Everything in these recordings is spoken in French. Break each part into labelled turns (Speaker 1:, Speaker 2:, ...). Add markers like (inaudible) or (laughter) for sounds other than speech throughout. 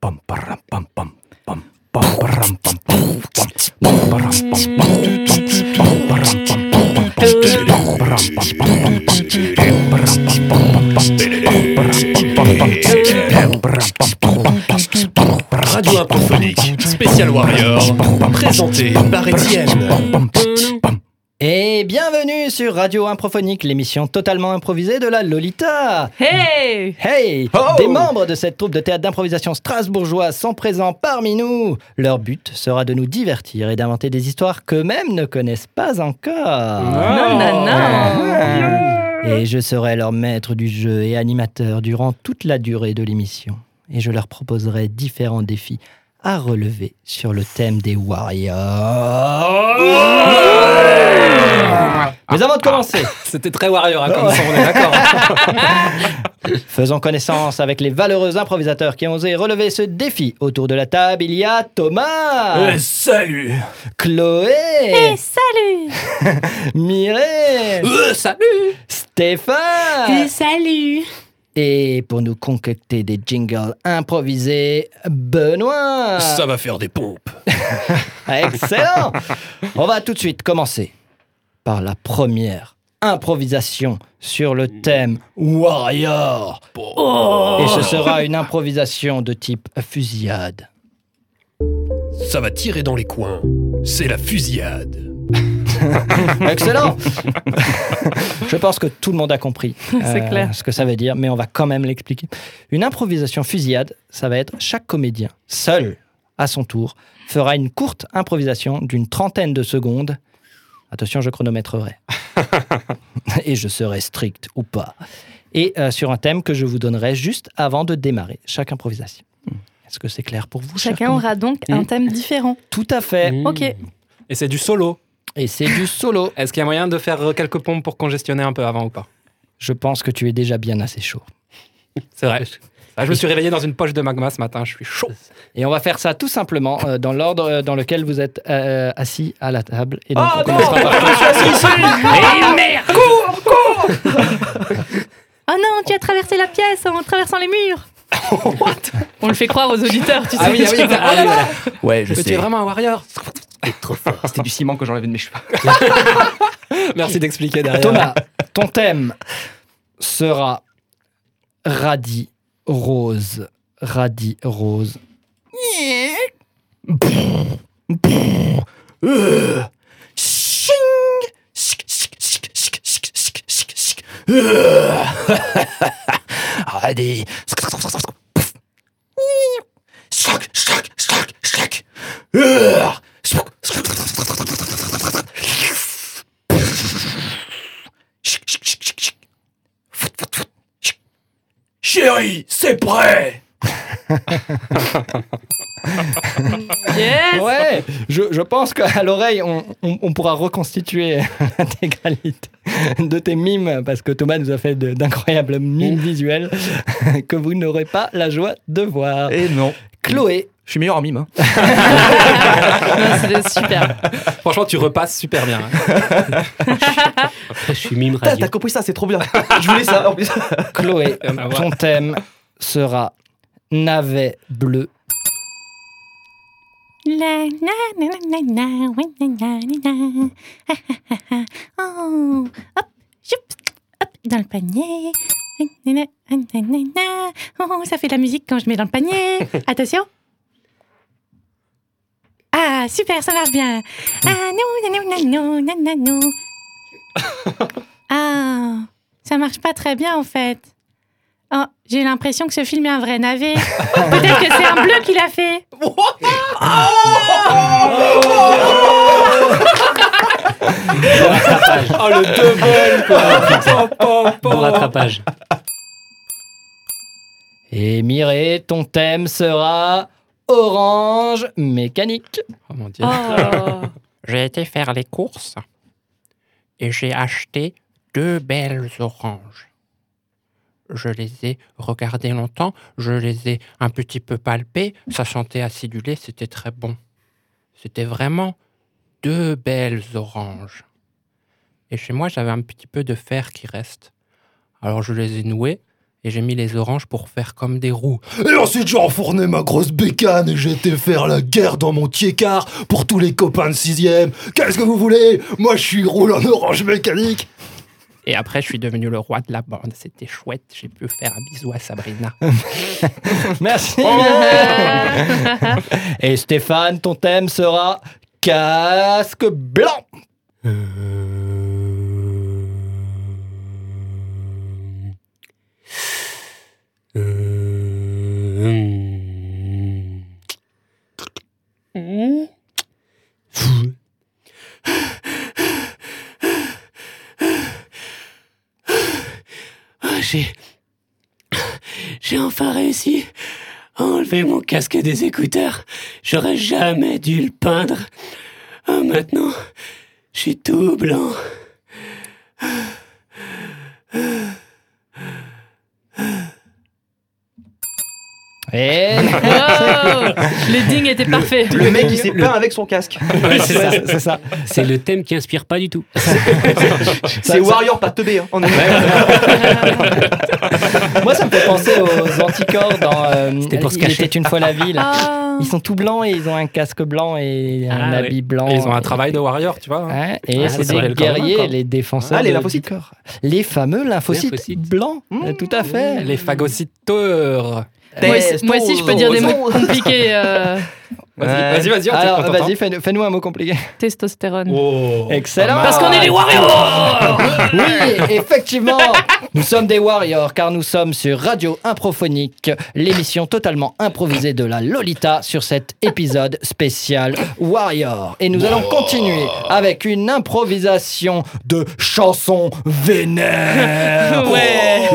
Speaker 1: pam param pam pam pam pam param pam pam pam pam param pam pam pam param pam pam pam pam param pam pam pam pam pam param pam pam pam pam pam param pam pam pam pam param pam pam pam pam pam
Speaker 2: Radio Apophonique, spécial Warrior, présenté par Étienne.
Speaker 1: pam pam pam
Speaker 3: Et bienvenue sur Radio Improphonique, l'émission totalement improvisée de la Lolita.
Speaker 4: Hey
Speaker 3: Hey Des membres de cette troupe de théâtre d'improvisation strasbourgeois sont présents parmi nous. Leur but sera de nous divertir et d'inventer des histoires qu'eux-mêmes ne connaissent pas encore.
Speaker 4: Non, non, non
Speaker 3: Et je serai leur maître du jeu et animateur durant toute la durée de l'émission. Et je leur proposerai différents défis à relever sur le thème des Warriors. Mais avant de commencer,
Speaker 5: Ah, C'était très warrior, hein, comme ça, on est d'accord.
Speaker 3: (laughs) faisons connaissance avec les valeureux improvisateurs qui ont osé relever ce défi. Autour de la table, il y a Thomas,
Speaker 2: Euh, salut
Speaker 3: Chloé,
Speaker 4: Et salut
Speaker 3: Mireille,
Speaker 5: Euh, salut
Speaker 3: Stéphane.
Speaker 4: Ah. salut
Speaker 3: Et pour nous concocter des jingles improvisés, Benoît
Speaker 2: Euh. Ça va faire des pompes.
Speaker 3: Excellent On va tout de suite commencer par la première improvisation sur le thème Warrior. Et ce sera une improvisation de type fusillade.
Speaker 2: Ça va tirer dans les coins. C'est la fusillade.
Speaker 3: Excellent (laughs) Je pense que tout le monde a compris
Speaker 4: (laughs)
Speaker 3: euh,
Speaker 4: C'est clair.
Speaker 3: ce que ça veut dire, mais on va quand même l'expliquer. Une improvisation fusillade, ça va être chaque comédien, seul, à son tour, fera une courte improvisation d'une trentaine de secondes. Attention, je chronométrerai. et je serai strict ou pas. Et euh, sur un thème que je vous donnerai juste avant de démarrer chaque improvisation. Est-ce que c'est clair pour vous chers
Speaker 4: Chacun aura donc un thème différent.
Speaker 3: Tout à fait.
Speaker 4: Ok.
Speaker 5: Et c'est du solo.
Speaker 3: Et c'est du solo.
Speaker 5: Est-ce qu'il y a moyen de faire euh, quelques pompes pour congestionner un peu avant ou pas
Speaker 3: Je pense que tu es déjà bien assez chaud.
Speaker 5: C'est vrai. Ah, je me suis réveillé dans une poche de magma ce matin, je suis chaud.
Speaker 3: Et on va faire ça tout simplement euh, dans l'ordre euh, dans lequel vous êtes euh, assis à la table. Et donc, on commencera par-
Speaker 4: (laughs) Eh, Oh non, tu as traversé la pièce en traversant les (laughs) murs On le fait croire aux auditeurs, tu sais.
Speaker 5: (laughs) Ah oui, oui,
Speaker 6: Ouais,
Speaker 5: Mais
Speaker 6: je
Speaker 5: tu es
Speaker 6: sais.
Speaker 5: vraiment un warrior.
Speaker 6: C'était du ciment que j'enlevais de mes cheveux.
Speaker 5: (laughs) Merci d'expliquer derrière.
Speaker 3: Thomas, ton thème sera radis rose. Radis rose.
Speaker 6: Radis.
Speaker 2: Chérie, c'est prêt
Speaker 4: ah Yes
Speaker 3: Ouais, je, je pense qu'à l'oreille, on, on- on pourra reconstituer (laughs) l'intégralité de tes mimes, parce que Thomas nous a fait de- d'incroyables mimes visuels (laughs) que vous n'aurez pas la joie de voir.
Speaker 6: Et non.
Speaker 3: Chloé,
Speaker 6: Je suis meilleur en mime. hein.
Speaker 4: Non, C'est super.
Speaker 5: Franchement, tu repasses super bien. hein.
Speaker 7: Je suis mime
Speaker 6: T'as
Speaker 7: radio.
Speaker 6: t'as compris ça, c'est trop bien. Je voulais ça en plus.
Speaker 4: (laughs)
Speaker 3: Chloé,
Speaker 4: Ah,
Speaker 5: Rien à voir.
Speaker 3: ton thème sera navet bleu.
Speaker 8: La la la la la la, ouais, la la la la. Ah, ah, ah, ah. Oh, hop, choup, hop, dans le panier. Na, na, na, na, na, na. Oh, ça fait de la musique quand je mets dans le panier. Attention. Ah, super, ça marche bien. Ah, non, non, non, non, non, non, non. Ah, ça marche pas très bien en fait. Oh, j'ai l'impression que ce film est un vrai navet. Peut-être que c'est un bleu qu'il a fait.
Speaker 5: Oh, le deux balles, quoi. Pom, pom,
Speaker 7: Bon
Speaker 5: pom.
Speaker 7: rattrapage.
Speaker 3: (laughs) Et Mireille, ton thème sera orange mécanique.
Speaker 5: Oh mon dieu.
Speaker 4: Oh.
Speaker 9: J'ai été faire les courses et j'ai acheté deux belles oranges. Je les ai regardées longtemps, je les ai un petit peu palpées, ça sentait acidulé, c'était très bon. C'était vraiment deux belles oranges. Et chez moi, j'avais un petit peu de fer qui reste. Alors je les ai nouées et et j'ai mis les oranges pour faire comme des roues.
Speaker 10: Et ensuite, j'ai enfourné ma grosse bécane et j'étais faire la guerre dans mon tiécard pour tous les copains de 6ème. Qu'est-ce que vous voulez Moi, je suis roule en orange mécanique.
Speaker 9: Et après, je suis devenu le roi de la bande. C'était chouette. J'ai pu faire un bisou à Sabrina.
Speaker 3: (laughs) Merci.
Speaker 4: Oh.
Speaker 3: Et Stéphane, ton thème sera casque blanc.
Speaker 7: Euh, Ah, J'ai. J'ai enfin réussi à enlever mon casque des écouteurs. J'aurais jamais dû le peindre. Ah, maintenant, je suis tout blanc.
Speaker 3: Et
Speaker 4: Oh Les dings étaient parfaits.
Speaker 6: Le mec, (laughs) il s'est peint avec son casque.
Speaker 7: Ouais, c'est ça.
Speaker 3: c'est ça.
Speaker 7: C'est le thème qui inspire pas du tout.
Speaker 6: C'est Warrior, pas teubé. Hein. On est-
Speaker 3: Moi, ça me fait penser aux anticorps dans. euh,
Speaker 7: C'était pour se
Speaker 3: Il
Speaker 7: cacher.
Speaker 3: était une fois la ville.
Speaker 4: Ah.
Speaker 3: Ils sont tout blancs et ils ont un casque blanc et un
Speaker 7: Ah,
Speaker 3: habit blanc.
Speaker 5: Ils ont un travail de warrior, tu vois. hein.
Speaker 3: Ouais, et
Speaker 7: Ah,
Speaker 3: c'est
Speaker 7: c'est
Speaker 3: des
Speaker 7: vrai, le
Speaker 3: guerriers,
Speaker 7: corps.
Speaker 3: les défenseurs
Speaker 6: Ah, les
Speaker 3: de-
Speaker 6: lymphocytes.
Speaker 3: du corps. Les fameux lymphocytes,
Speaker 7: Lymphocytes.
Speaker 3: blancs, euh, tout à fait.
Speaker 5: Les phagocyteurs.
Speaker 4: Moi aussi, moi aussi, je peux dire des mots compliqués. euh,
Speaker 5: Vas-y, vas-y, vas-y. on
Speaker 3: Alors,
Speaker 5: t'entend.
Speaker 3: vas-y, fais-nous fais-nous un mot compliqué.
Speaker 4: testostérone.
Speaker 6: Oh.
Speaker 3: Excellent.
Speaker 4: Parce qu'on est des warriors
Speaker 3: Oui, effectivement. Nous sommes des warriors car nous sommes sur Radio Improphonique, l'émission totalement improvisée de la Lolita sur cet épisode spécial Warrior. Et nous allons continuer avec une improvisation de chansons vénères.
Speaker 4: Ouais.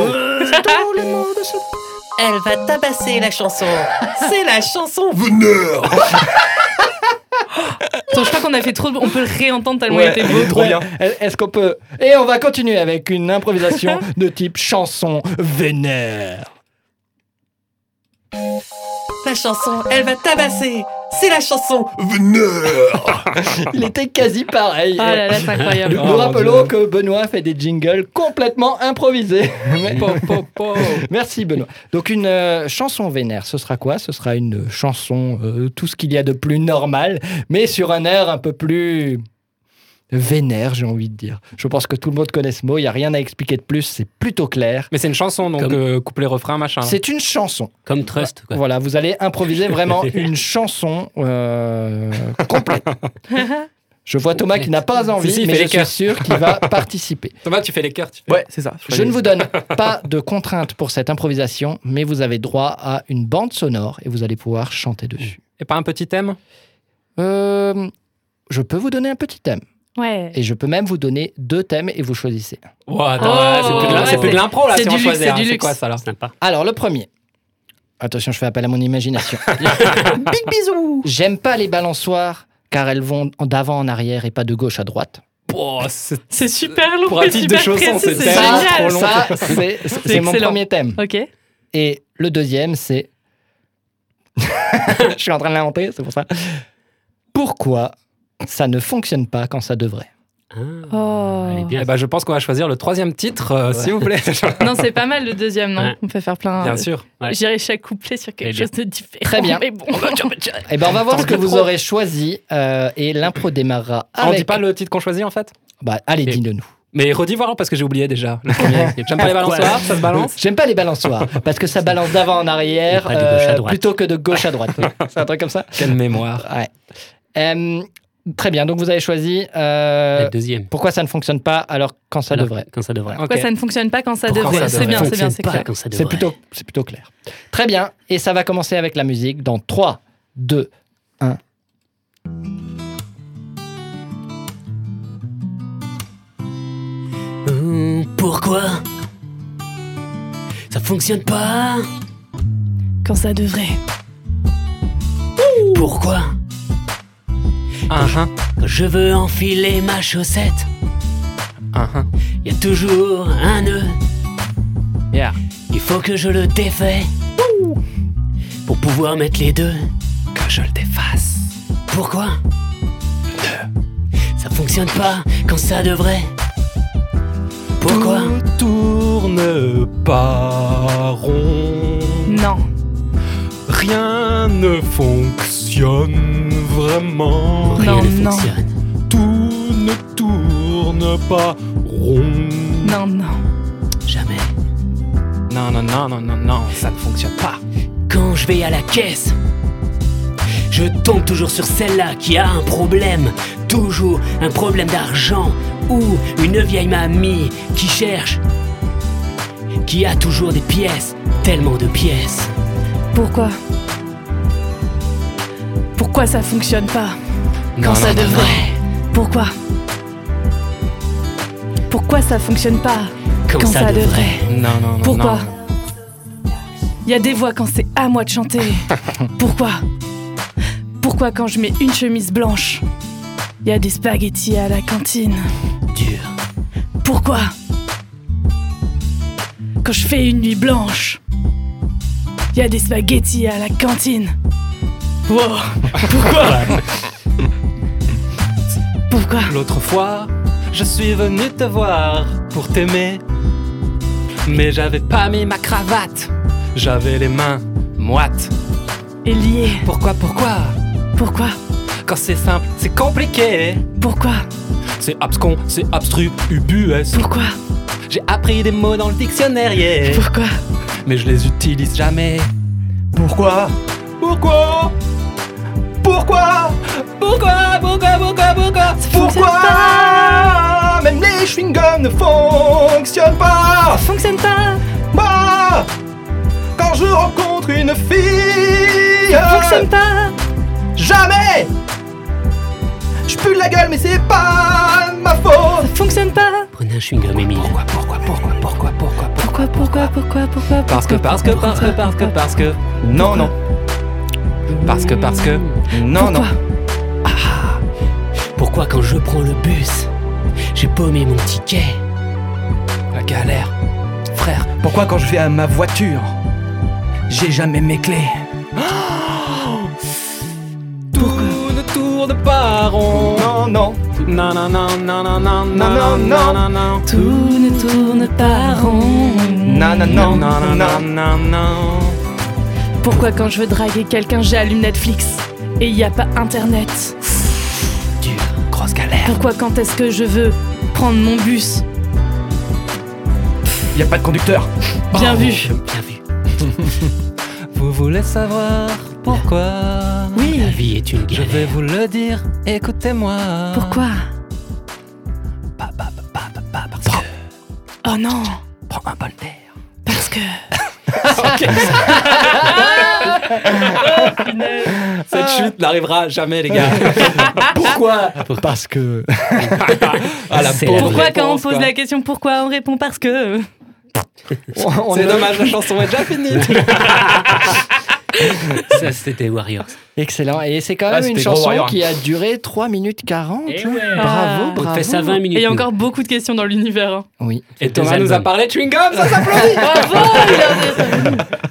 Speaker 11: Elle va tabasser la chanson. C'est la chanson.
Speaker 4: Attends, je crois qu'on a fait trop. de- On peut le réentendre tellement il était beau.
Speaker 6: (laughs) Trop bien.
Speaker 3: Est- Est-ce qu'on peut Et on va continuer avec une improvisation de type chanson vénère.
Speaker 11: La chanson. Elle va tabasser. C'est la chanson.
Speaker 3: Il était quasi pareil.
Speaker 4: Ah là là, c'est incroyable.
Speaker 3: Nous,
Speaker 5: Oh,
Speaker 3: nous rappelons que Benoît fait des jingles complètement
Speaker 5: (laughs)
Speaker 3: improvisés. Mais- Merci Benoît. Donc une euh, chanson vénère, ce sera quoi Ce sera une chanson, euh, tout ce qu'il y a de plus normal, mais sur un air un peu plus vénère, j'ai envie de dire. Je pense que tout le monde connaît ce mot, il n'y a rien à expliquer de plus, c'est plutôt clair.
Speaker 5: Mais c'est une chanson, donc
Speaker 7: Comme-
Speaker 5: euh, couplet, refrain, machin.
Speaker 3: C'est une chanson.
Speaker 7: Comme Trust, quoi.
Speaker 3: Voilà, vous allez improviser
Speaker 5: (laughs)
Speaker 3: vraiment une chanson euh, complète. Je vois Thomas qui n'a pas envie,
Speaker 5: Si, si, il
Speaker 3: mais
Speaker 5: fait
Speaker 3: je
Speaker 5: les
Speaker 3: suis
Speaker 5: cœurs.
Speaker 3: sûr qu'il
Speaker 5: (laughs)
Speaker 3: va participer.
Speaker 5: Thomas, tu fais les cœurs. Tu fais...
Speaker 6: Ouais, c'est ça.
Speaker 3: Je ne vous donne pas de contraintes pour cette improvisation, mais vous avez droit à une bande sonore et vous allez pouvoir chanter dessus.
Speaker 5: Et pas un petit thème
Speaker 3: Euh, je peux vous donner un petit thème
Speaker 4: Ouais.
Speaker 3: et je peux même vous donner deux thèmes et vous choisissez.
Speaker 5: Oh, attends,
Speaker 4: Oh,
Speaker 5: là, c'est plus de l'im-
Speaker 4: ouais,
Speaker 5: c'est plus de
Speaker 4: c'est-
Speaker 5: l'impro, là,
Speaker 4: c'est
Speaker 5: si
Speaker 4: du
Speaker 5: on
Speaker 4: luxe,
Speaker 5: choisit.
Speaker 4: c'est
Speaker 5: hein.
Speaker 4: du
Speaker 5: C'est
Speaker 4: luxe.
Speaker 5: quoi ça, là
Speaker 7: Sympa.
Speaker 3: Alors, le premier. Attention, je fais appel à mon imagination. Big bisou J'aime pas les balançoires car elles vont d'avant en arrière et pas de gauche à droite.
Speaker 5: Oh, c'est-
Speaker 4: C'est super long.
Speaker 5: Pour un
Speaker 4: et
Speaker 5: titre de
Speaker 4: super
Speaker 5: chanson,
Speaker 4: précis,
Speaker 5: c'est
Speaker 4: c'est
Speaker 5: tellement
Speaker 4: génial.
Speaker 5: trop long.
Speaker 3: Ça, c'est c'est mon
Speaker 4: excellent.
Speaker 3: premier thème.
Speaker 4: Ok.
Speaker 3: Et le deuxième, c'est. (laughs) Je suis en train de l'inventer, c'est pour ça. Pourquoi ça ne fonctionne pas quand ça devrait
Speaker 4: Oh.
Speaker 7: Elle est bien.
Speaker 5: Eh ben, je pense qu'on va choisir le troisième titre, euh, s'il vous plaît.
Speaker 4: Non, c'est pas mal le deuxième, non
Speaker 7: Ouais.
Speaker 4: On peut faire plein.
Speaker 5: Bien sûr.
Speaker 7: Ouais.
Speaker 4: J'irai chaque couplet sur quelque
Speaker 7: Eh bien.
Speaker 4: chose de différent.
Speaker 3: Très bien.
Speaker 4: Mais bon.
Speaker 3: Eh ben, on va voir
Speaker 5: Tant
Speaker 3: ce que
Speaker 5: que
Speaker 3: vous
Speaker 5: trop.
Speaker 3: aurez choisi euh, et l'impro démarrera
Speaker 5: Ah, On
Speaker 3: avec.
Speaker 5: dit pas le titre qu'on choisit, en fait
Speaker 3: Bah, allez,
Speaker 5: Et-
Speaker 3: dis-le-nous.
Speaker 5: Mais redis voir, parce que j'ai oublié déjà. le premier. J'aime pas les balançoires, ça se balance
Speaker 3: J'aime pas les balançoires parce que ça balance d'avant en arrière
Speaker 7: Et pas de gauche à
Speaker 3: euh,
Speaker 7: droite.
Speaker 3: plutôt que de gauche à droite. c'est un truc comme ça.
Speaker 5: Quelle mémoire.
Speaker 3: Ouais. Euh, très bien. Donc vous avez choisi euh,
Speaker 7: La deuxième.
Speaker 3: pourquoi ça ne fonctionne pas alors quand ça
Speaker 7: Alors,
Speaker 3: devrait.
Speaker 7: Quand ça devrait.
Speaker 4: Pourquoi
Speaker 3: Ok.
Speaker 4: ça ne fonctionne pas quand ça
Speaker 5: Pourquoi
Speaker 4: devrait
Speaker 5: ça
Speaker 4: C'est
Speaker 5: devrait
Speaker 4: bien, c'est bien,
Speaker 7: Fonctionne
Speaker 4: c'est
Speaker 7: pas
Speaker 4: clair.
Speaker 7: Quand ça
Speaker 3: C'est
Speaker 7: devrait.
Speaker 3: plutôt, c'est plutôt clair. Très bien. Et ça va commencer avec la musique dans 3, 2, 1.
Speaker 7: Hum, Pourquoi Ça fonctionne pas
Speaker 4: Quand ça devrait.
Speaker 7: Pourquoi
Speaker 5: Ah,
Speaker 1: Uh-huh.
Speaker 5: ah,
Speaker 7: Quand je veux enfiler ma chaussette,
Speaker 5: ah,
Speaker 1: Uh-huh.
Speaker 5: ah.
Speaker 7: y a toujours un nœud.
Speaker 5: Yeah.
Speaker 7: Il faut que je le défais pour pouvoir mettre les deux. Que je le défasse. Pourquoi Ça fonctionne pas quand ça devrait.
Speaker 11: Pourquoi
Speaker 1: tourne pas rond.
Speaker 4: Non.
Speaker 1: Rien ne fonctionne vraiment.
Speaker 4: Rien Non, ne non. fonctionne.
Speaker 1: Tout ne tourne pas rond.
Speaker 4: Non, non.
Speaker 11: Jamais.
Speaker 5: Non, non, non, non, non, non, ça ne fonctionne pas.
Speaker 11: Quand je vais à la caisse, je tombe toujours sur celle-là qui a un problème. Toujours un problème d'argent ou une vieille mamie qui cherche, qui a toujours des pièces, tellement de pièces.
Speaker 4: Pourquoi Pourquoi ça fonctionne pas Quand
Speaker 11: Non,
Speaker 4: ça
Speaker 11: non, non,
Speaker 4: devrait Pourquoi Pourquoi ça fonctionne pas
Speaker 11: Quand, ça, devrait.
Speaker 5: Non, non, non.
Speaker 4: Pourquoi
Speaker 5: non.
Speaker 4: Il y a des voix quand c'est à moi de
Speaker 11: (laughs)
Speaker 4: chanter. Pourquoi Pourquoi quand je mets une chemise blanche, il y a des spaghettis à la cantine
Speaker 11: Dur.
Speaker 4: Pourquoi Quand je fais une nuit blanche, il y a des spaghettis à la cantine. Wow Pourquoi Pourquoi
Speaker 5: L'autre fois, je suis venu te voir pour t'aimer. Mais j'avais pas mis ma cravate. J'avais les mains moites.
Speaker 4: Et lié.
Speaker 5: Pourquoi, pourquoi
Speaker 4: Pourquoi
Speaker 5: Quand c'est simple, c'est compliqué.
Speaker 4: Pourquoi
Speaker 5: C'est abscon, c'est abstru, ubues.
Speaker 4: Pourquoi
Speaker 5: J'ai appris des mots dans le dictionnaire, yeah.
Speaker 4: Pourquoi
Speaker 5: Mais je les utilise jamais.
Speaker 6: Pourquoi Pourquoi Pourquoi Pourquoi Pourquoi Pourquoi Pourquoi Pourquoi Même les chewing-gums ne fonctionnent pas
Speaker 4: Fonctionne pas
Speaker 5: Bah,
Speaker 6: Moi Quand je rencontre une fille
Speaker 4: Ça fonctionne pas
Speaker 6: Jamais Je pue de la gueule mais c'est pas ma
Speaker 4: Ça
Speaker 6: faute
Speaker 4: fonctionne pas
Speaker 11: Prenez un chewing-gum, Émile. Pourquoi, pourquoi, pourquoi, pourquoi, pourquoi
Speaker 4: Pourquoi, pourquoi, pourquoi, pourquoi
Speaker 5: Parce que, parce que, parce que, parce que, parce que.
Speaker 6: Non, non,
Speaker 5: Parce que, parce que.
Speaker 6: non, non
Speaker 1: Ah.
Speaker 11: Pourquoi quand je prends le bus, j'ai paumé mon ticket
Speaker 5: La galère. Frère,
Speaker 6: Pourquoi quand je vais à ma voiture, j'ai jamais mes clés
Speaker 5: tout ne tourne pas rond.
Speaker 6: Non, non
Speaker 5: Non, non, non, non, non, non,
Speaker 6: Non, non, non.
Speaker 5: non, non.
Speaker 4: Tout ne tourne pas rond.
Speaker 6: Non, non,
Speaker 5: non,
Speaker 6: non,
Speaker 5: non, non, non,
Speaker 6: non
Speaker 5: non.
Speaker 4: Pourquoi quand je veux draguer quelqu'un, j'allume Netflix et il n'y a pas Internet
Speaker 11: Dur, grosse galère.
Speaker 4: Pourquoi quand est-ce que je veux prendre mon bus
Speaker 6: Y a pas de conducteur
Speaker 11: Oh.
Speaker 4: Bien vu
Speaker 11: Bien vu.
Speaker 5: Vous voulez savoir pourquoi
Speaker 4: Oui
Speaker 11: La vie est une
Speaker 5: Je
Speaker 11: galère.
Speaker 5: vais vous le dire, écoutez-moi.
Speaker 4: Pourquoi Bah,
Speaker 11: Pas, pas, pas, pas, pas, parce que
Speaker 4: Ah. Oh non
Speaker 11: prends un bol d'air.
Speaker 4: Parce que...
Speaker 5: Cette chute n'arrivera jamais, les (laughs) gars.
Speaker 3: Pourquoi Parce
Speaker 11: (laughs)
Speaker 3: que.
Speaker 5: Ah, la
Speaker 11: C'est
Speaker 5: pauvre
Speaker 4: Pourquoi
Speaker 5: réponse,
Speaker 4: quand on pose
Speaker 5: quoi.
Speaker 4: la question pourquoi, on répond parce que...
Speaker 3: On
Speaker 5: C'est
Speaker 3: est
Speaker 5: dommage, la (laughs) chanson est déjà finie.
Speaker 11: Ça, c'était Warriors.
Speaker 3: Excellent. Et c'est quand même
Speaker 5: Ah, c'était
Speaker 3: une
Speaker 5: gros
Speaker 3: chanson
Speaker 5: warrior.
Speaker 3: qui a duré 3 minutes 40.
Speaker 11: Eh ouais.
Speaker 3: Bravo,
Speaker 4: Ah.
Speaker 3: bravo.
Speaker 11: On fait ça 20
Speaker 4: Et il
Speaker 11: minutes.
Speaker 4: y a
Speaker 11: nous.
Speaker 4: encore beaucoup de questions dans l'univers. hein.
Speaker 3: Oui.
Speaker 5: Et
Speaker 11: Des
Speaker 5: Thomas nous a
Speaker 11: albums.
Speaker 5: parlé de chewing gum, ça s'applaudit.
Speaker 4: Bravo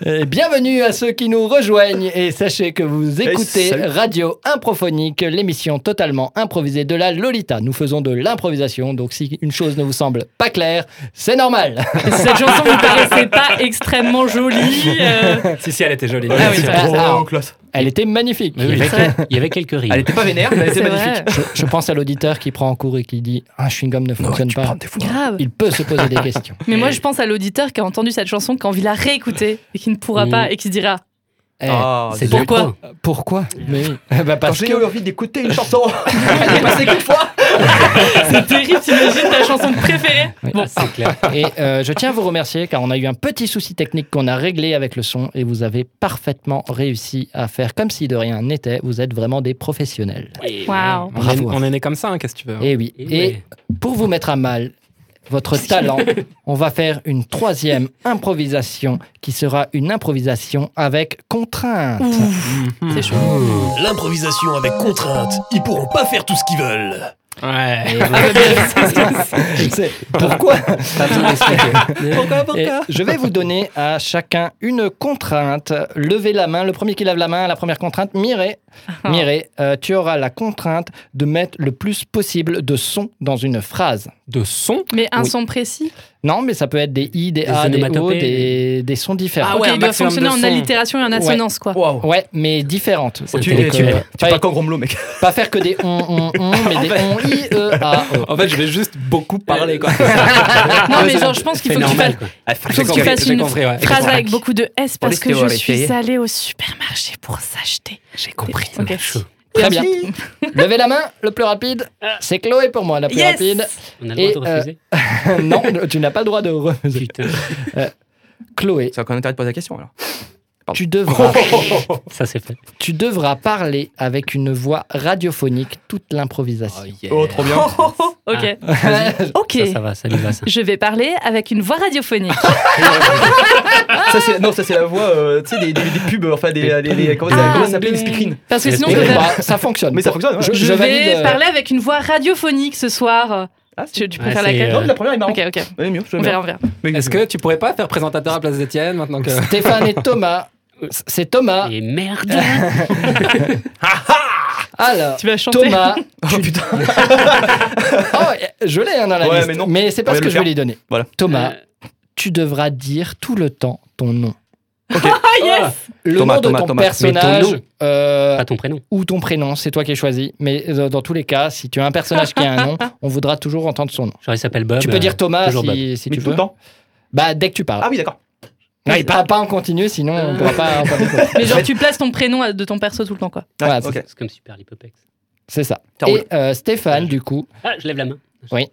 Speaker 3: Et bienvenue à ceux qui nous rejoignent et sachez que vous écoutez
Speaker 6: salut.
Speaker 3: Radio Improphonique, l'émission totalement improvisée de la Lolita. Nous faisons de l'improvisation, donc si une chose ne vous semble pas claire, c'est normal.
Speaker 4: Cette chanson vous paraissait pas extrêmement jolie. euh,
Speaker 5: Si, si, elle
Speaker 3: (laughs)
Speaker 5: était jolie.
Speaker 3: Ah oui,
Speaker 5: Bien sûr.
Speaker 3: ça- ah,
Speaker 6: Oh, classe
Speaker 3: Elle était magnifique.
Speaker 11: Il y, avait, il y avait quelques rimes.
Speaker 6: Elle était pas vénère, mais elle était
Speaker 4: c'est
Speaker 6: magnifique
Speaker 4: vrai.
Speaker 3: Je, je pense à l'auditeur qui prend en cours et qui dit un chewing-gum ne fonctionne pas.
Speaker 4: Grave.
Speaker 3: Il peut se poser des
Speaker 4: (laughs)
Speaker 3: questions.
Speaker 4: Mais moi, je pense à l'auditeur qui a entendu cette chanson, qui a envie de la réécouter et qui ne pourra
Speaker 3: Oui.
Speaker 4: Bah, pas et qui se dira
Speaker 3: Eh,
Speaker 6: Ah,
Speaker 11: C'est
Speaker 4: Pourquoi
Speaker 11: de la pro.
Speaker 3: pourquoi Mais oui. (laughs) Eh ben,
Speaker 6: Quand
Speaker 3: parce
Speaker 6: j'ai
Speaker 3: que
Speaker 6: eu envie d'écouter une (laughs) chanson, elle est passée qu'une fois.
Speaker 4: C'est terrible, t'imagines ta chanson préférée
Speaker 3: Oui.
Speaker 4: Bon,
Speaker 3: Et euh, je tiens à vous remercier car on a eu un petit souci technique qu'on a réglé avec le son et vous avez parfaitement réussi à faire comme si de rien n'était. Vous êtes vraiment des professionnels.
Speaker 11: Oui,
Speaker 4: Waouh.
Speaker 5: On est-
Speaker 3: Bravo.
Speaker 5: On est né comme ça, hein, qu'est-ce que tu veux.
Speaker 3: Et oui.
Speaker 6: Eh
Speaker 11: Et
Speaker 3: Et pour vous mettre à mal
Speaker 6: (laughs)
Speaker 3: votre talent, on va faire une troisième improvisation qui sera une improvisation avec contrainte.
Speaker 4: c'est chaud.
Speaker 2: L'improvisation avec contrainte, ils pourront pas faire tout ce qu'ils veulent.
Speaker 9: Ouais.
Speaker 3: C'est- Pourquoi
Speaker 9: Pas besoin d'expliquer.
Speaker 3: Pourquoi, pourquoi Je vais vous donner à chacun une contrainte. Levez la main. Le premier qui lève la main, à la première contrainte, Mireille. Mireille, euh, tu auras la contrainte de mettre le plus possible de sons dans une phrase.
Speaker 5: (laughs) De sons
Speaker 4: Mais un son précis
Speaker 3: Non, mais ça peut être des I, des
Speaker 4: Des
Speaker 3: A, des O,
Speaker 4: onomatopées.
Speaker 3: des, des sons différents.
Speaker 4: Ah ouais, Ok, un il doit maximum fonctionner de en sons. allitération et en assonance, quoi.
Speaker 3: Ouais, mais différentes.
Speaker 6: Tu es tu es pas comme Romlo, mec.
Speaker 3: Pas faire que des on, on, on, mais des on, I, E, A, O.
Speaker 6: En fait, je vais juste beaucoup parler,
Speaker 11: (laughs)
Speaker 6: quoi.
Speaker 4: (laughs) Non, mais genre, je pense qu'il faut que tu fasses- faut que tu fasses une phrase avec beaucoup de S parce que je suis allée au supermarché pour s'acheter. J'ai compris.
Speaker 3: Très bien. Levez la main, le plus rapide. C'est Chloé pour moi, la plus
Speaker 4: Yes
Speaker 3: rapide.
Speaker 4: Ah. On a le droit
Speaker 3: Et,
Speaker 4: de refuser
Speaker 3: euh, (laughs) Non, tu n'as pas le droit de refuser. Euh, Chloé.
Speaker 6: Ça a quand même intérêt de poser la question, alors.
Speaker 3: Tu
Speaker 4: Oh,
Speaker 3: devras,
Speaker 11: Ça, c'est fait.
Speaker 3: tu devras parler avec une voix radiophonique toute
Speaker 4: Ah,
Speaker 3: l'improvisation.
Speaker 6: Oh,
Speaker 4: (laughs)
Speaker 6: trop bien.
Speaker 4: ok. ok.
Speaker 11: Ça, ça va, ça lui va, ça.
Speaker 4: Je vais parler avec une voix radiophonique.
Speaker 6: Ça, c'est- non, ça c'est la voix, euh, tu sais, des, des, des pubs, enfin des. des, des- comment ça
Speaker 4: Ah,
Speaker 6: comment ça s'appelait Les speakerines.
Speaker 4: Parce que sinon, on
Speaker 6: Mais-
Speaker 4: peut faire-
Speaker 6: bah,
Speaker 3: ça fonctionne.
Speaker 6: Mais ça fonctionne. ouais.
Speaker 4: Je, vais
Speaker 3: euh,
Speaker 4: parler avec une voix radiophonique ce soir. tu, tu préfères
Speaker 5: Ouais, c'est,
Speaker 4: laquelle
Speaker 5: euh, Non, la
Speaker 6: première est marrante.
Speaker 4: Ok, ok.
Speaker 6: Ouais, mieux, je
Speaker 4: on
Speaker 6: l'aime
Speaker 4: verra, on
Speaker 6: bien.
Speaker 4: verra.
Speaker 5: Est-ce que tu pourrais pas faire présentateur à place d'Étienne maintenant que.
Speaker 3: Stéphane et Thomas.
Speaker 4: Euh,
Speaker 3: C'est Thomas.
Speaker 11: Et merde
Speaker 3: (laughs)
Speaker 4: Ah,
Speaker 3: Alors,
Speaker 4: tu vas chanter.
Speaker 11: (laughs)
Speaker 3: Thomas. Oh (laughs) putain Je l'ai hein, dans la
Speaker 6: Ouais,
Speaker 3: liste.
Speaker 6: mais
Speaker 3: Mais,
Speaker 6: non.
Speaker 3: c'est pas
Speaker 6: On va
Speaker 3: ce
Speaker 6: le
Speaker 3: que je
Speaker 6: faire.
Speaker 3: vais lui donner.
Speaker 6: Voilà.
Speaker 3: Thomas,
Speaker 11: Euh.
Speaker 3: tu devras dire tout le temps ton nom.
Speaker 11: (laughs)
Speaker 4: Ah yes
Speaker 3: Le
Speaker 6: Thomas,
Speaker 3: nom de
Speaker 6: Thomas,
Speaker 3: ton
Speaker 6: Thomas.
Speaker 3: personnage.
Speaker 11: Mais ton nom,
Speaker 3: euh,
Speaker 11: pas ton prénom.
Speaker 3: Ou ton prénom, c'est toi qui es choisi. Mais euh, dans tous les cas, si tu as un personnage qui a
Speaker 11: (laughs)
Speaker 3: un nom, on voudra toujours entendre son nom.
Speaker 11: Genre, il s'appelle Bob.
Speaker 3: Tu peux
Speaker 11: euh,
Speaker 3: dire Thomas
Speaker 11: toujours Bob.
Speaker 3: si, si
Speaker 6: Mais
Speaker 3: tu
Speaker 6: tout
Speaker 3: veux.
Speaker 6: le temps.
Speaker 3: Bah, dès que tu parles.
Speaker 6: Ah oui, d'accord.
Speaker 3: Non, et pas, pas en continu, sinon on pourra pas. on pourra pas-
Speaker 4: Mais genre, tu places ton prénom à- de ton perso tout le temps, quoi.
Speaker 3: Voilà,
Speaker 6: ok.
Speaker 3: c'est-
Speaker 11: C'est comme Super Lipopex.
Speaker 3: C'est ça.
Speaker 11: Ça roule.
Speaker 3: Et euh, Stéphane, du coup,
Speaker 11: Ah, je lève la main.
Speaker 3: (laughs) oui.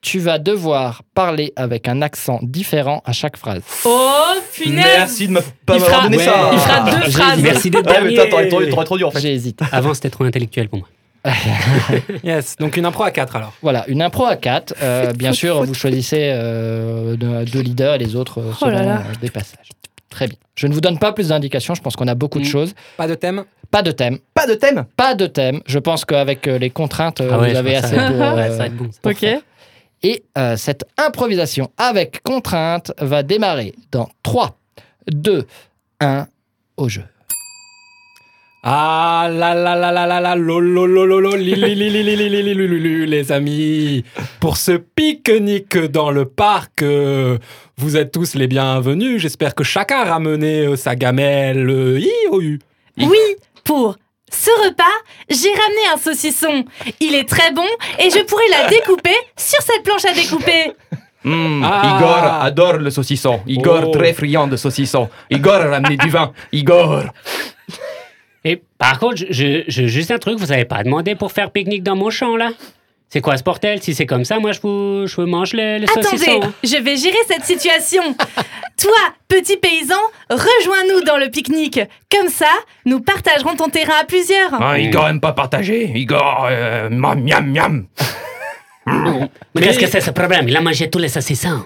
Speaker 3: tu vas devoir parler avec un accent différent à chaque phrase.
Speaker 4: Oh, punaise
Speaker 6: Merci de m'a- pas
Speaker 4: Il
Speaker 6: m'avoir
Speaker 4: fera-
Speaker 6: donné
Speaker 4: ouais.
Speaker 6: ça.
Speaker 4: Il fera deux phrases.
Speaker 11: Merci d'être
Speaker 6: Ouais, mais
Speaker 11: dernier.
Speaker 6: toi, t'aurais trop- t'aurais trop dur en fait.
Speaker 3: J'ai hésité.
Speaker 11: (laughs) Avant, c'était trop intellectuel pour moi.
Speaker 5: (laughs) Yes, donc une impro à 4 alors.
Speaker 3: Voilà, une impro à 4. bien sûr, vous choisissez euh, de- deux leaders et les autres euh,
Speaker 4: Oh
Speaker 3: selon
Speaker 4: là là.
Speaker 3: euh, des passages. Très bien. Je ne vous donne pas plus d'indications, je pense qu'on a beaucoup de
Speaker 5: Mm.
Speaker 3: choses.
Speaker 5: Pas de thème
Speaker 3: Pas de thème,
Speaker 6: Pas de thème
Speaker 3: pas de thème. Je pense qu'avec euh, les contraintes, euh,
Speaker 11: Ah ouais,
Speaker 3: vous
Speaker 11: je
Speaker 3: avez
Speaker 11: pense que
Speaker 3: assez
Speaker 11: ça
Speaker 3: pour...
Speaker 11: (laughs) Ouais,
Speaker 3: euh,
Speaker 11: ça va être bon. ça.
Speaker 4: Ok.
Speaker 3: Et euh, cette improvisation avec contrainte va démarrer dans 3, 2, 1, au jeu.
Speaker 5: Ah la la la la la la lo lo lo lo lo li li li li li li li li li li li, les amis pour ce pique-nique dans le parc euh, vous êtes tous les bienvenus j'espère que chacun a ramené euh, sa gamelle euh, IOU
Speaker 4: Oui, pour ce repas, j'ai ramené un saucisson. Il est très bon et je pourrais la découper sur cette planche à découper.
Speaker 6: Hmm,
Speaker 5: Ah.
Speaker 6: Igor adore le saucisson. Igor
Speaker 5: Oh.
Speaker 6: très friand de saucisson. Igor a ramené du vin. Igor.
Speaker 11: Et par contre, je- je- je- juste un truc, vous avez pas demandé pour faire pique-nique dans mon champ, là C'est quoi ce portel Si c'est comme ça, moi, je vous, je vous mange le, le
Speaker 4: Attendez,
Speaker 11: saucisson.
Speaker 4: je vais gérer cette situation. Toi, petit paysan, rejoins-nous dans le pique-nique. Comme ça, nous partagerons ton terrain à plusieurs.
Speaker 6: Ah, Igor aime pas partager. Igor, euh, miam, miam, miam.
Speaker 11: Mais qu'est-ce que c'est ce problème Il a mangé tous les saucissons.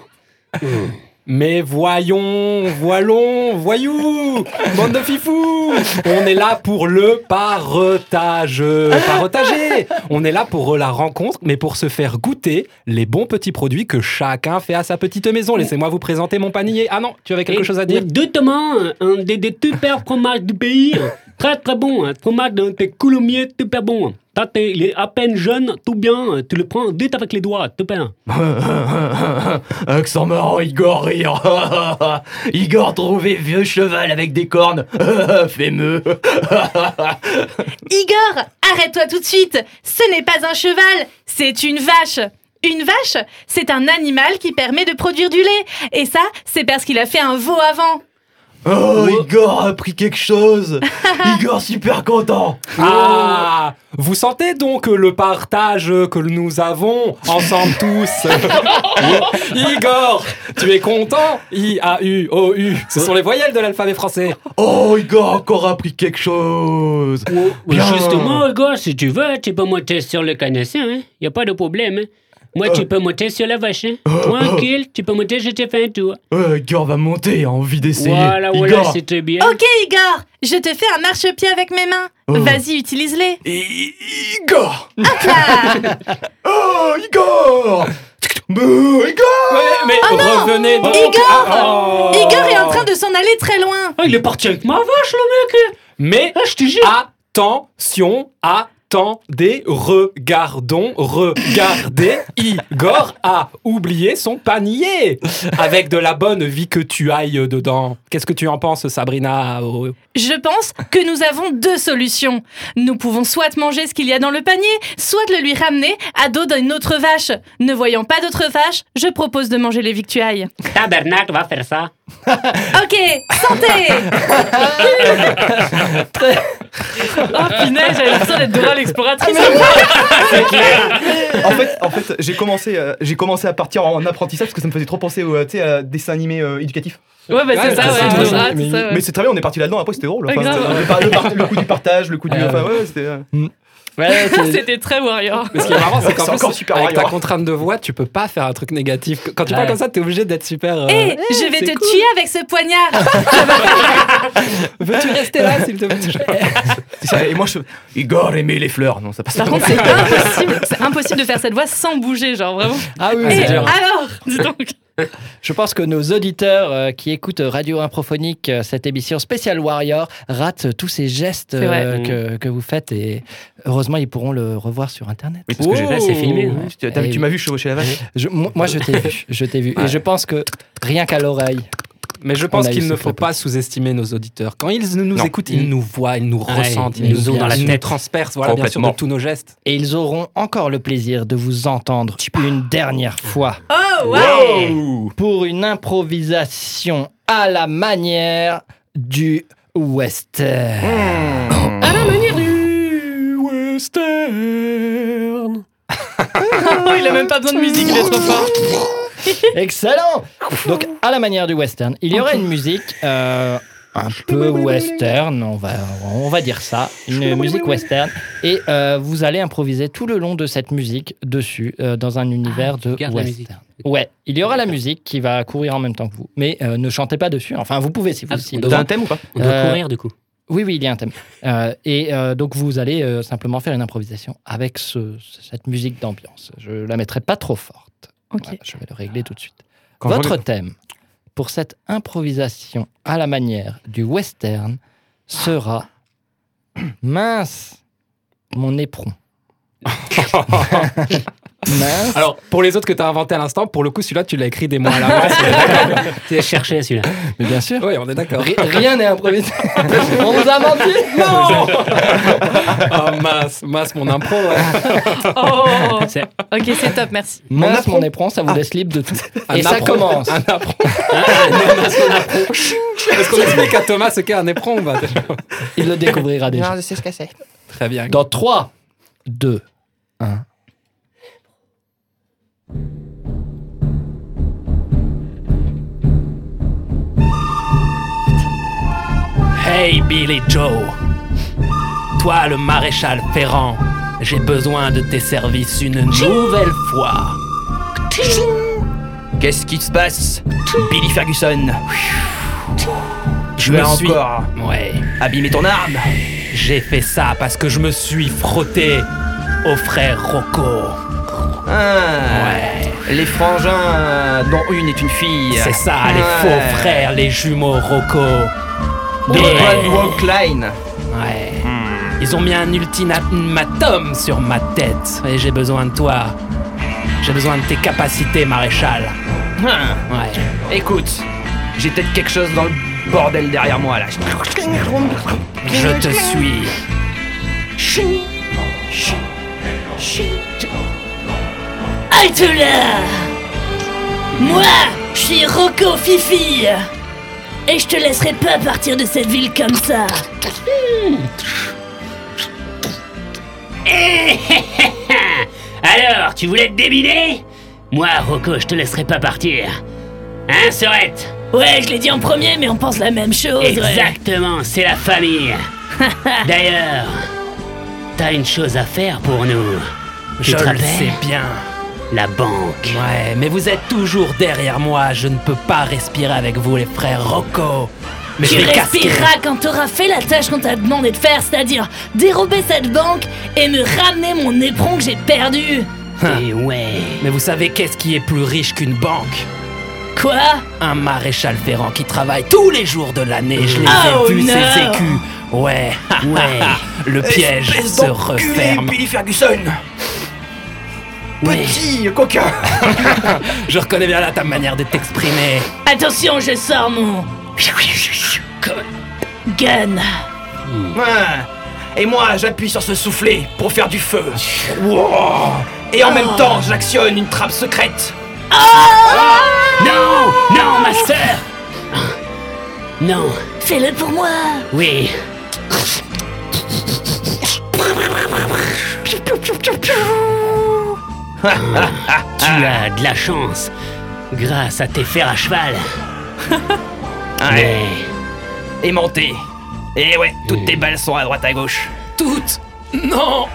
Speaker 5: mais voyons voilons voyous bande de fifous on est là pour le parotage parotager on est là pour la rencontre mais pour se faire goûter les bons petits produits que chacun fait à sa petite maison laissez-moi vous présenter mon panier ah non tu avais quelque
Speaker 11: Et-
Speaker 5: chose à dire
Speaker 11: Eh oui, Notamment, euh, un des, des super fromages du pays. euh, Très très bon. Un fromage d'un des coulommiers, super bon. Quand t'es- il est à peine jeune, tout bien. euh, Tu le prends vite avec les doigts, tout bien.
Speaker 6: Accent marrant, Igor rire. (laughs) Igor trouvé vieux cheval avec des cornes. (laughs) Fémeux.
Speaker 4: Igor, arrête-toi tout de suite. Ce n'est pas un cheval, c'est une vache. Une vache, c'est un animal qui permet de produire du lait. Et ça, c'est parce qu'il a fait un veau avant.
Speaker 6: Oh, Igor a pris quelque chose. (laughs) Igor super content.
Speaker 5: Ah Vous sentez donc le partage que nous avons ensemble tous Igor, tu es content I-A-U-O-U, ce sont les voyelles de l'alphabet français.
Speaker 6: Oh, Igor encore a pris quelque chose.
Speaker 5: Oh,
Speaker 11: Ou- ou
Speaker 6: Bien.
Speaker 11: Justement, gars, si tu veux, tu peux monter sur le canassin. Il n'y a pas de problème. hein. Moi,
Speaker 5: Euh.
Speaker 11: tu peux monter sur la vache. hein.
Speaker 5: Oh.
Speaker 11: Tranquille, tu peux monter, je t'ai fait un tour.
Speaker 6: Euh, Igor va monter, a envie d'essayer.
Speaker 11: Voilà, voilà,
Speaker 6: Igor.
Speaker 11: c'était bien.
Speaker 4: Ok Igor, je te fais un marchepied avec mes mains.
Speaker 6: Oh.
Speaker 4: Vas-y, utilise-les.
Speaker 6: Igor
Speaker 4: (laughs)
Speaker 6: Oh, Igor Bouh, Igor
Speaker 5: mais
Speaker 4: Oh non
Speaker 5: revenez donc
Speaker 4: Igor
Speaker 5: Ah, oh.
Speaker 4: Igor est en train de s'en aller très loin.
Speaker 5: il est parti avec ma vache, le mec
Speaker 4: Ah,
Speaker 5: Mais attention, attendez, regardons, regardez, Igor a oublié son panier Avec de la bonne vie que tu ailles dedans. Qu'est-ce que tu en penses, Sabrina Oh. (laughs)
Speaker 4: Je pense que nous avons deux solutions. Nous pouvons soit manger ce qu'il y a dans le panier, soit le lui ramener à dos d'une autre vache. Ne voyant pas d'autre vache, je propose de manger les victuailles.
Speaker 11: Tabernacle va faire ça.
Speaker 4: Ok, santé Oh punaise, j'avais l'impression d'être Dora l'exploratrice.
Speaker 6: en fait, en fait j'ai commencé, euh, j'ai commencé à partir en apprentissage parce que ça me faisait trop penser au euh, tu sais, à dessin animé euh, éducatif.
Speaker 4: (laughs) Ouais, bah, c'est ça, ouais,
Speaker 6: c'est
Speaker 4: ouais,
Speaker 6: drôle.
Speaker 4: ouais, c'est
Speaker 6: mais
Speaker 4: ça, ouais.
Speaker 6: mais c'est très bien, on est parti là-dedans. Après, c'était drôle.
Speaker 4: Ouais,
Speaker 6: Enfin,
Speaker 4: grave.
Speaker 6: c'était- le, par- le par- le coup du partage, le coup du. Enfin, ouais, ouais, c'était. euh,
Speaker 4: C'était très warrior.
Speaker 5: Mais ce qui est marrant,
Speaker 6: (laughs)
Speaker 5: c'est qu'en
Speaker 6: C'est
Speaker 5: plus,
Speaker 6: encore super
Speaker 5: avec ta
Speaker 6: Mario.
Speaker 5: contrainte de voix, tu peux pas faire un truc négatif. Quand tu
Speaker 6: Ouais.
Speaker 5: parles comme ça, t'es obligé d'être super... euh,
Speaker 4: Hé, Eh, je vais
Speaker 5: c'est
Speaker 4: te
Speaker 5: cool.
Speaker 4: tuer avec ce poignard
Speaker 5: Veux-tu rester là, s'il te plaît
Speaker 6: c'est ça. Et moi, je. Igor aimait les fleurs. Non, ça passe
Speaker 4: Par
Speaker 6: pas.
Speaker 4: contre, c'est impossible, c'est impossible de faire cette voix sans bouger, genre vraiment.
Speaker 3: Ah oui,
Speaker 4: Et
Speaker 3: c'est dur.
Speaker 4: alors, dis donc.
Speaker 3: Je pense que nos auditeurs euh, qui écoutent Radio Improphonique, euh, cette émission spéciale Warrior, ratent euh, tous ces gestes
Speaker 4: C'est vrai. Mm.
Speaker 3: euh, que, que vous faites et heureusement ils pourront le revoir sur Internet.
Speaker 6: (laughs) Oui, parce que j'ai- là,
Speaker 5: Oh.
Speaker 6: c'est filmé, hein. Tu- t'as-
Speaker 3: Eh
Speaker 6: tu
Speaker 3: oui.
Speaker 6: m'as vu chevaucher la vache
Speaker 3: Je- moi, moi, je
Speaker 4: (laughs)
Speaker 3: t'ai vu, je t'ai vu et
Speaker 5: Ouais.
Speaker 3: je pense que rien qu'à l'oreille.
Speaker 5: Mais je
Speaker 3: On
Speaker 5: pense
Speaker 3: a eu
Speaker 5: qu'il
Speaker 3: ce
Speaker 5: ne faut pas sous-estimer nos auditeurs. Quand ils nous
Speaker 3: Non.
Speaker 5: écoutent, ils
Speaker 3: Mm.
Speaker 5: nous voient, ils nous
Speaker 3: Ouais,
Speaker 5: ressentent,
Speaker 3: ils
Speaker 5: ils nous
Speaker 3: nous ont dans la
Speaker 5: ils nous
Speaker 3: tête.
Speaker 5: transpercent, voilà, bien sûr, de
Speaker 3: Complètement.
Speaker 5: tous nos gestes.
Speaker 3: Et ils auront encore le plaisir de vous entendre une dernière fois.
Speaker 4: Oh,
Speaker 3: Pour une improvisation à la manière du western.
Speaker 12: À la manière du western.
Speaker 4: Oh, Il a même pas besoin de musique, il est trop fort.
Speaker 3: (laughs) Excellent Donc, à la manière du western, il y aurait une musique euh, un peu western, on va, on va dire ça, une musique western, et euh, vous allez improviser tout le long de cette musique dessus, euh, dans un univers de
Speaker 13: Ah, gardes la musique.
Speaker 3: western. Ouais, il y aura la musique qui va courir en même temps que vous, mais euh, ne chantez pas dessus, enfin vous pouvez
Speaker 13: Ah,
Speaker 3: si vous... si
Speaker 6: T'as un thème ou pas
Speaker 3: On doit Euh, courir,
Speaker 11: du coup.
Speaker 3: Oui, oui, il y a un thème. Euh, et euh, donc vous allez euh, simplement faire une improvisation avec ce- cette musique d'ambiance. Je la mettrai pas trop forte.
Speaker 4: Ok.
Speaker 3: Voilà, je vais le régler tout de suite.
Speaker 5: Quand je
Speaker 3: Votre
Speaker 5: regarde-
Speaker 3: thème pour cette improvisation à la manière du western sera mince mon (laughs) éperon. mince.
Speaker 5: Alors, pour les autres que tu as inventé à l'instant, pour le coup, celui-là, tu l'as écrit des mois à
Speaker 11: (laughs)
Speaker 5: l'avance. on est d'accord.
Speaker 11: Tu as cherché celui-là.
Speaker 3: Mais bien sûr.
Speaker 5: Oui, on est d'accord.
Speaker 3: Ri- Rien n'est (laughs) improvisé. On nous a menti.
Speaker 5: Non
Speaker 11: Ah,
Speaker 5: Oh mince, mince mon impro. ouais.
Speaker 4: Oh. Ok, c'est top, merci.
Speaker 3: Mince mon éperon, ça
Speaker 6: Ah.
Speaker 3: vous laisse libre de
Speaker 6: (laughs)
Speaker 3: tout. Ah.
Speaker 5: Un
Speaker 3: Et ça
Speaker 5: apron-
Speaker 3: commence.
Speaker 5: (laughs) Un
Speaker 3: (laughs)
Speaker 5: apron. Est-ce qu'on explique à Thomas ce qu'est un éperon bah, ou pas
Speaker 3: Il le découvrira déjà.
Speaker 6: sais ce que c'est.
Speaker 5: Très bien.
Speaker 3: Dans 3, 2, 1.
Speaker 11: Hey Billy Joe, toi le maréchal Ferrand, j'ai besoin de tes services une nouvelle fois.
Speaker 6: Qu'est-ce qui se passe Billy Ferguson
Speaker 11: Je
Speaker 6: Tu
Speaker 11: me
Speaker 6: as
Speaker 11: suis...
Speaker 6: encore
Speaker 11: Ouais.
Speaker 6: abîmé ton arme
Speaker 11: J'ai fait ça parce que je me suis frotté au frère Rocco.
Speaker 6: Ah,
Speaker 11: Ouais.
Speaker 6: Les frangins, dont une est une fille. Ah.
Speaker 11: C'est ça, les
Speaker 6: Ouais.
Speaker 11: faux frères, les jumeaux Rocco.
Speaker 6: One Walk Line.
Speaker 11: Ouais. Hmm. Ils ont mis un ultimatum sur ma tête. Et j'ai besoin de toi. J'ai besoin de tes capacités, maréchal.
Speaker 6: Ah,
Speaker 11: Ouais.
Speaker 6: Écoute, j'ai peut-être quelque chose dans le bordel derrière moi là.
Speaker 11: Je te suis.
Speaker 14: Halte là Moi, je suis Rocco Fifi Et je te laisserai pas partir de cette ville comme ça
Speaker 11: (laughs) Alors, tu voulais te débiner Moi, Rocco, je te laisserai pas partir. Hein, Sorette
Speaker 14: Ouais, je l'ai dit en premier, mais on pense la même chose
Speaker 11: Exactement, c'est
Speaker 14: (laughs)
Speaker 11: la famille. D'ailleurs, t'as une chose à faire pour nous.
Speaker 14: Tu
Speaker 11: Je
Speaker 14: te
Speaker 11: le
Speaker 14: rappelles
Speaker 11: sais bien. la banque. Ouais, mais vous êtes toujours derrière moi. Je ne peux pas respirer avec vous, les frères Rocco. Mais
Speaker 15: tu
Speaker 11: je vais casquer.
Speaker 15: respireras quand t'auras fait la tâche qu'on t'a demandé de faire, c'est-à-dire dérober cette banque et me ramener mon éperon que j'ai perdu.
Speaker 11: Et Eh ouais. Mais vous savez qu'est-ce qui est plus riche qu'une banque
Speaker 15: Quoi
Speaker 11: Un maréchal ferrant qui travaille tous les jours de l'année. Je les
Speaker 15: Oh,
Speaker 11: ai vus,
Speaker 15: non.
Speaker 11: ces écus. Ouais, ouais. Le piège
Speaker 6: Espèce
Speaker 11: se
Speaker 6: d'enculé,
Speaker 11: referme.
Speaker 6: Billy Ferguson Petit coquin
Speaker 11: Je reconnais bien là ta manière de t'exprimer.
Speaker 15: Attention, je sors mon gun.
Speaker 6: Ouais. Et moi, j'appuie sur ce soufflet pour faire du feu. Wow. Et en
Speaker 15: Oh.
Speaker 6: même temps, j'actionne une trappe secrète.
Speaker 11: Non Non, ma sœur Non,
Speaker 15: Fais-le pour moi.
Speaker 11: oui. Ah, Tu as de la chance grâce à tes fers à cheval.
Speaker 6: Ouais. Aimanté. Et ouais, toutes tes balles sont à droite à gauche.
Speaker 1: Toutes Non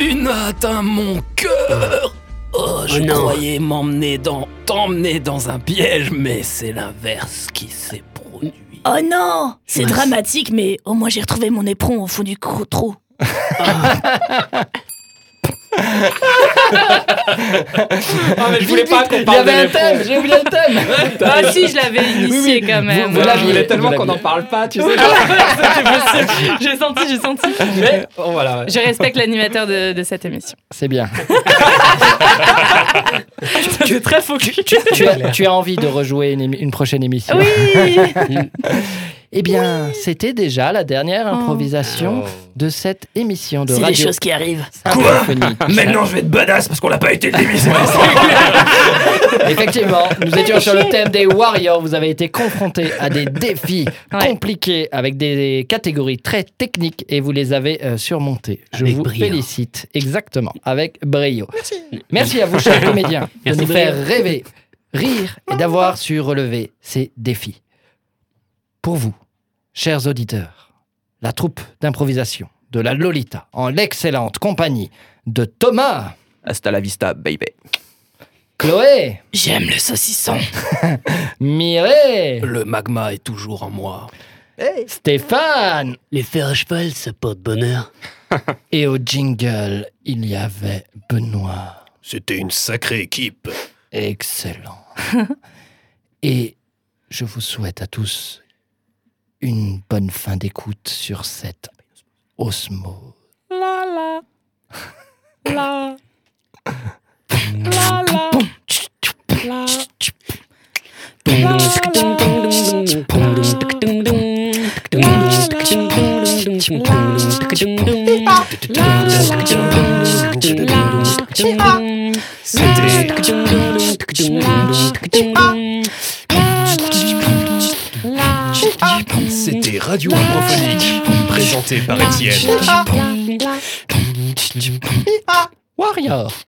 Speaker 1: Une a atteint mon cœur Oh, je
Speaker 11: Oh non.
Speaker 1: croyais
Speaker 11: m'emmener dans. T'emmener dans un piège, mais c'est l'inverse qui s'est produit.
Speaker 15: Oh non C'est
Speaker 11: Ouais.
Speaker 15: dramatique, mais au moins j'ai retrouvé mon éperon au fond du cro- trou.
Speaker 5: Ah, mais je voulais pas qu'on
Speaker 3: Il y
Speaker 5: parle
Speaker 3: avait
Speaker 5: de
Speaker 3: un thème,
Speaker 5: l'éperon.
Speaker 3: j'ai oublié le thème.
Speaker 4: (laughs) Ah si, je l'avais initié quand même.
Speaker 5: Voilà,
Speaker 4: (laughs)
Speaker 5: Ah, je voulais tellement
Speaker 3: Vous
Speaker 5: qu'on
Speaker 3: l'avez.
Speaker 5: n'en parle pas, tu sais.
Speaker 4: J'ai senti, j'ai senti.
Speaker 5: Mais, oh, voilà. ouais.
Speaker 4: Je respecte l'animateur de, de cette
Speaker 5: (laughs)
Speaker 4: émission.
Speaker 3: C'est bien.
Speaker 4: Tu es très focus.
Speaker 3: tu, as, tu as envie de rejouer une, émi- une prochaine émission.
Speaker 4: Oui
Speaker 3: Eh bien, c'était déjà la dernière improvisation de cette émission de
Speaker 15: C'est des
Speaker 3: radio.
Speaker 15: choses qui arrivent.
Speaker 3: Symphonie.
Speaker 6: Maintenant, je vais être badass parce qu'on l'a pas été le début. c'est vrai.
Speaker 3: Effectivement, nous étions sur le thème des Warriors. Vous avez été confrontés à des défis compliqués avec des catégories très techniques et vous les avez euh, surmontés. Je
Speaker 11: Avec
Speaker 3: vous
Speaker 11: brio.
Speaker 3: félicite. Exactement, avec brio. Merci. à vous, chers comédiens, de
Speaker 11: Merci,
Speaker 3: nous
Speaker 11: brio.
Speaker 3: faire rêver, rire et d'avoir su relever ces défis. Pour vous, chers auditeurs, la troupe d'improvisation de la Lolita, en l'excellente compagnie de Thomas,
Speaker 6: Hasta la vista, baby.
Speaker 3: Chloé,
Speaker 4: J'aime le saucisson.
Speaker 3: (laughs) Mireille,
Speaker 11: Le magma est toujours en moi.
Speaker 3: Stéphane
Speaker 11: Les fers à cheval, ça porte bonheur.
Speaker 3: Et au jingle, il y avait Benoît.
Speaker 1: C'était une sacrée équipe.
Speaker 4: (laughs)
Speaker 3: Excellent. Et je vous souhaite à tous une bonne fin d'écoute sur cette osmo.
Speaker 4: La la. La. La la. La.
Speaker 1: C'était Radio Improphonique, présenté par Étienne.
Speaker 3: Warrior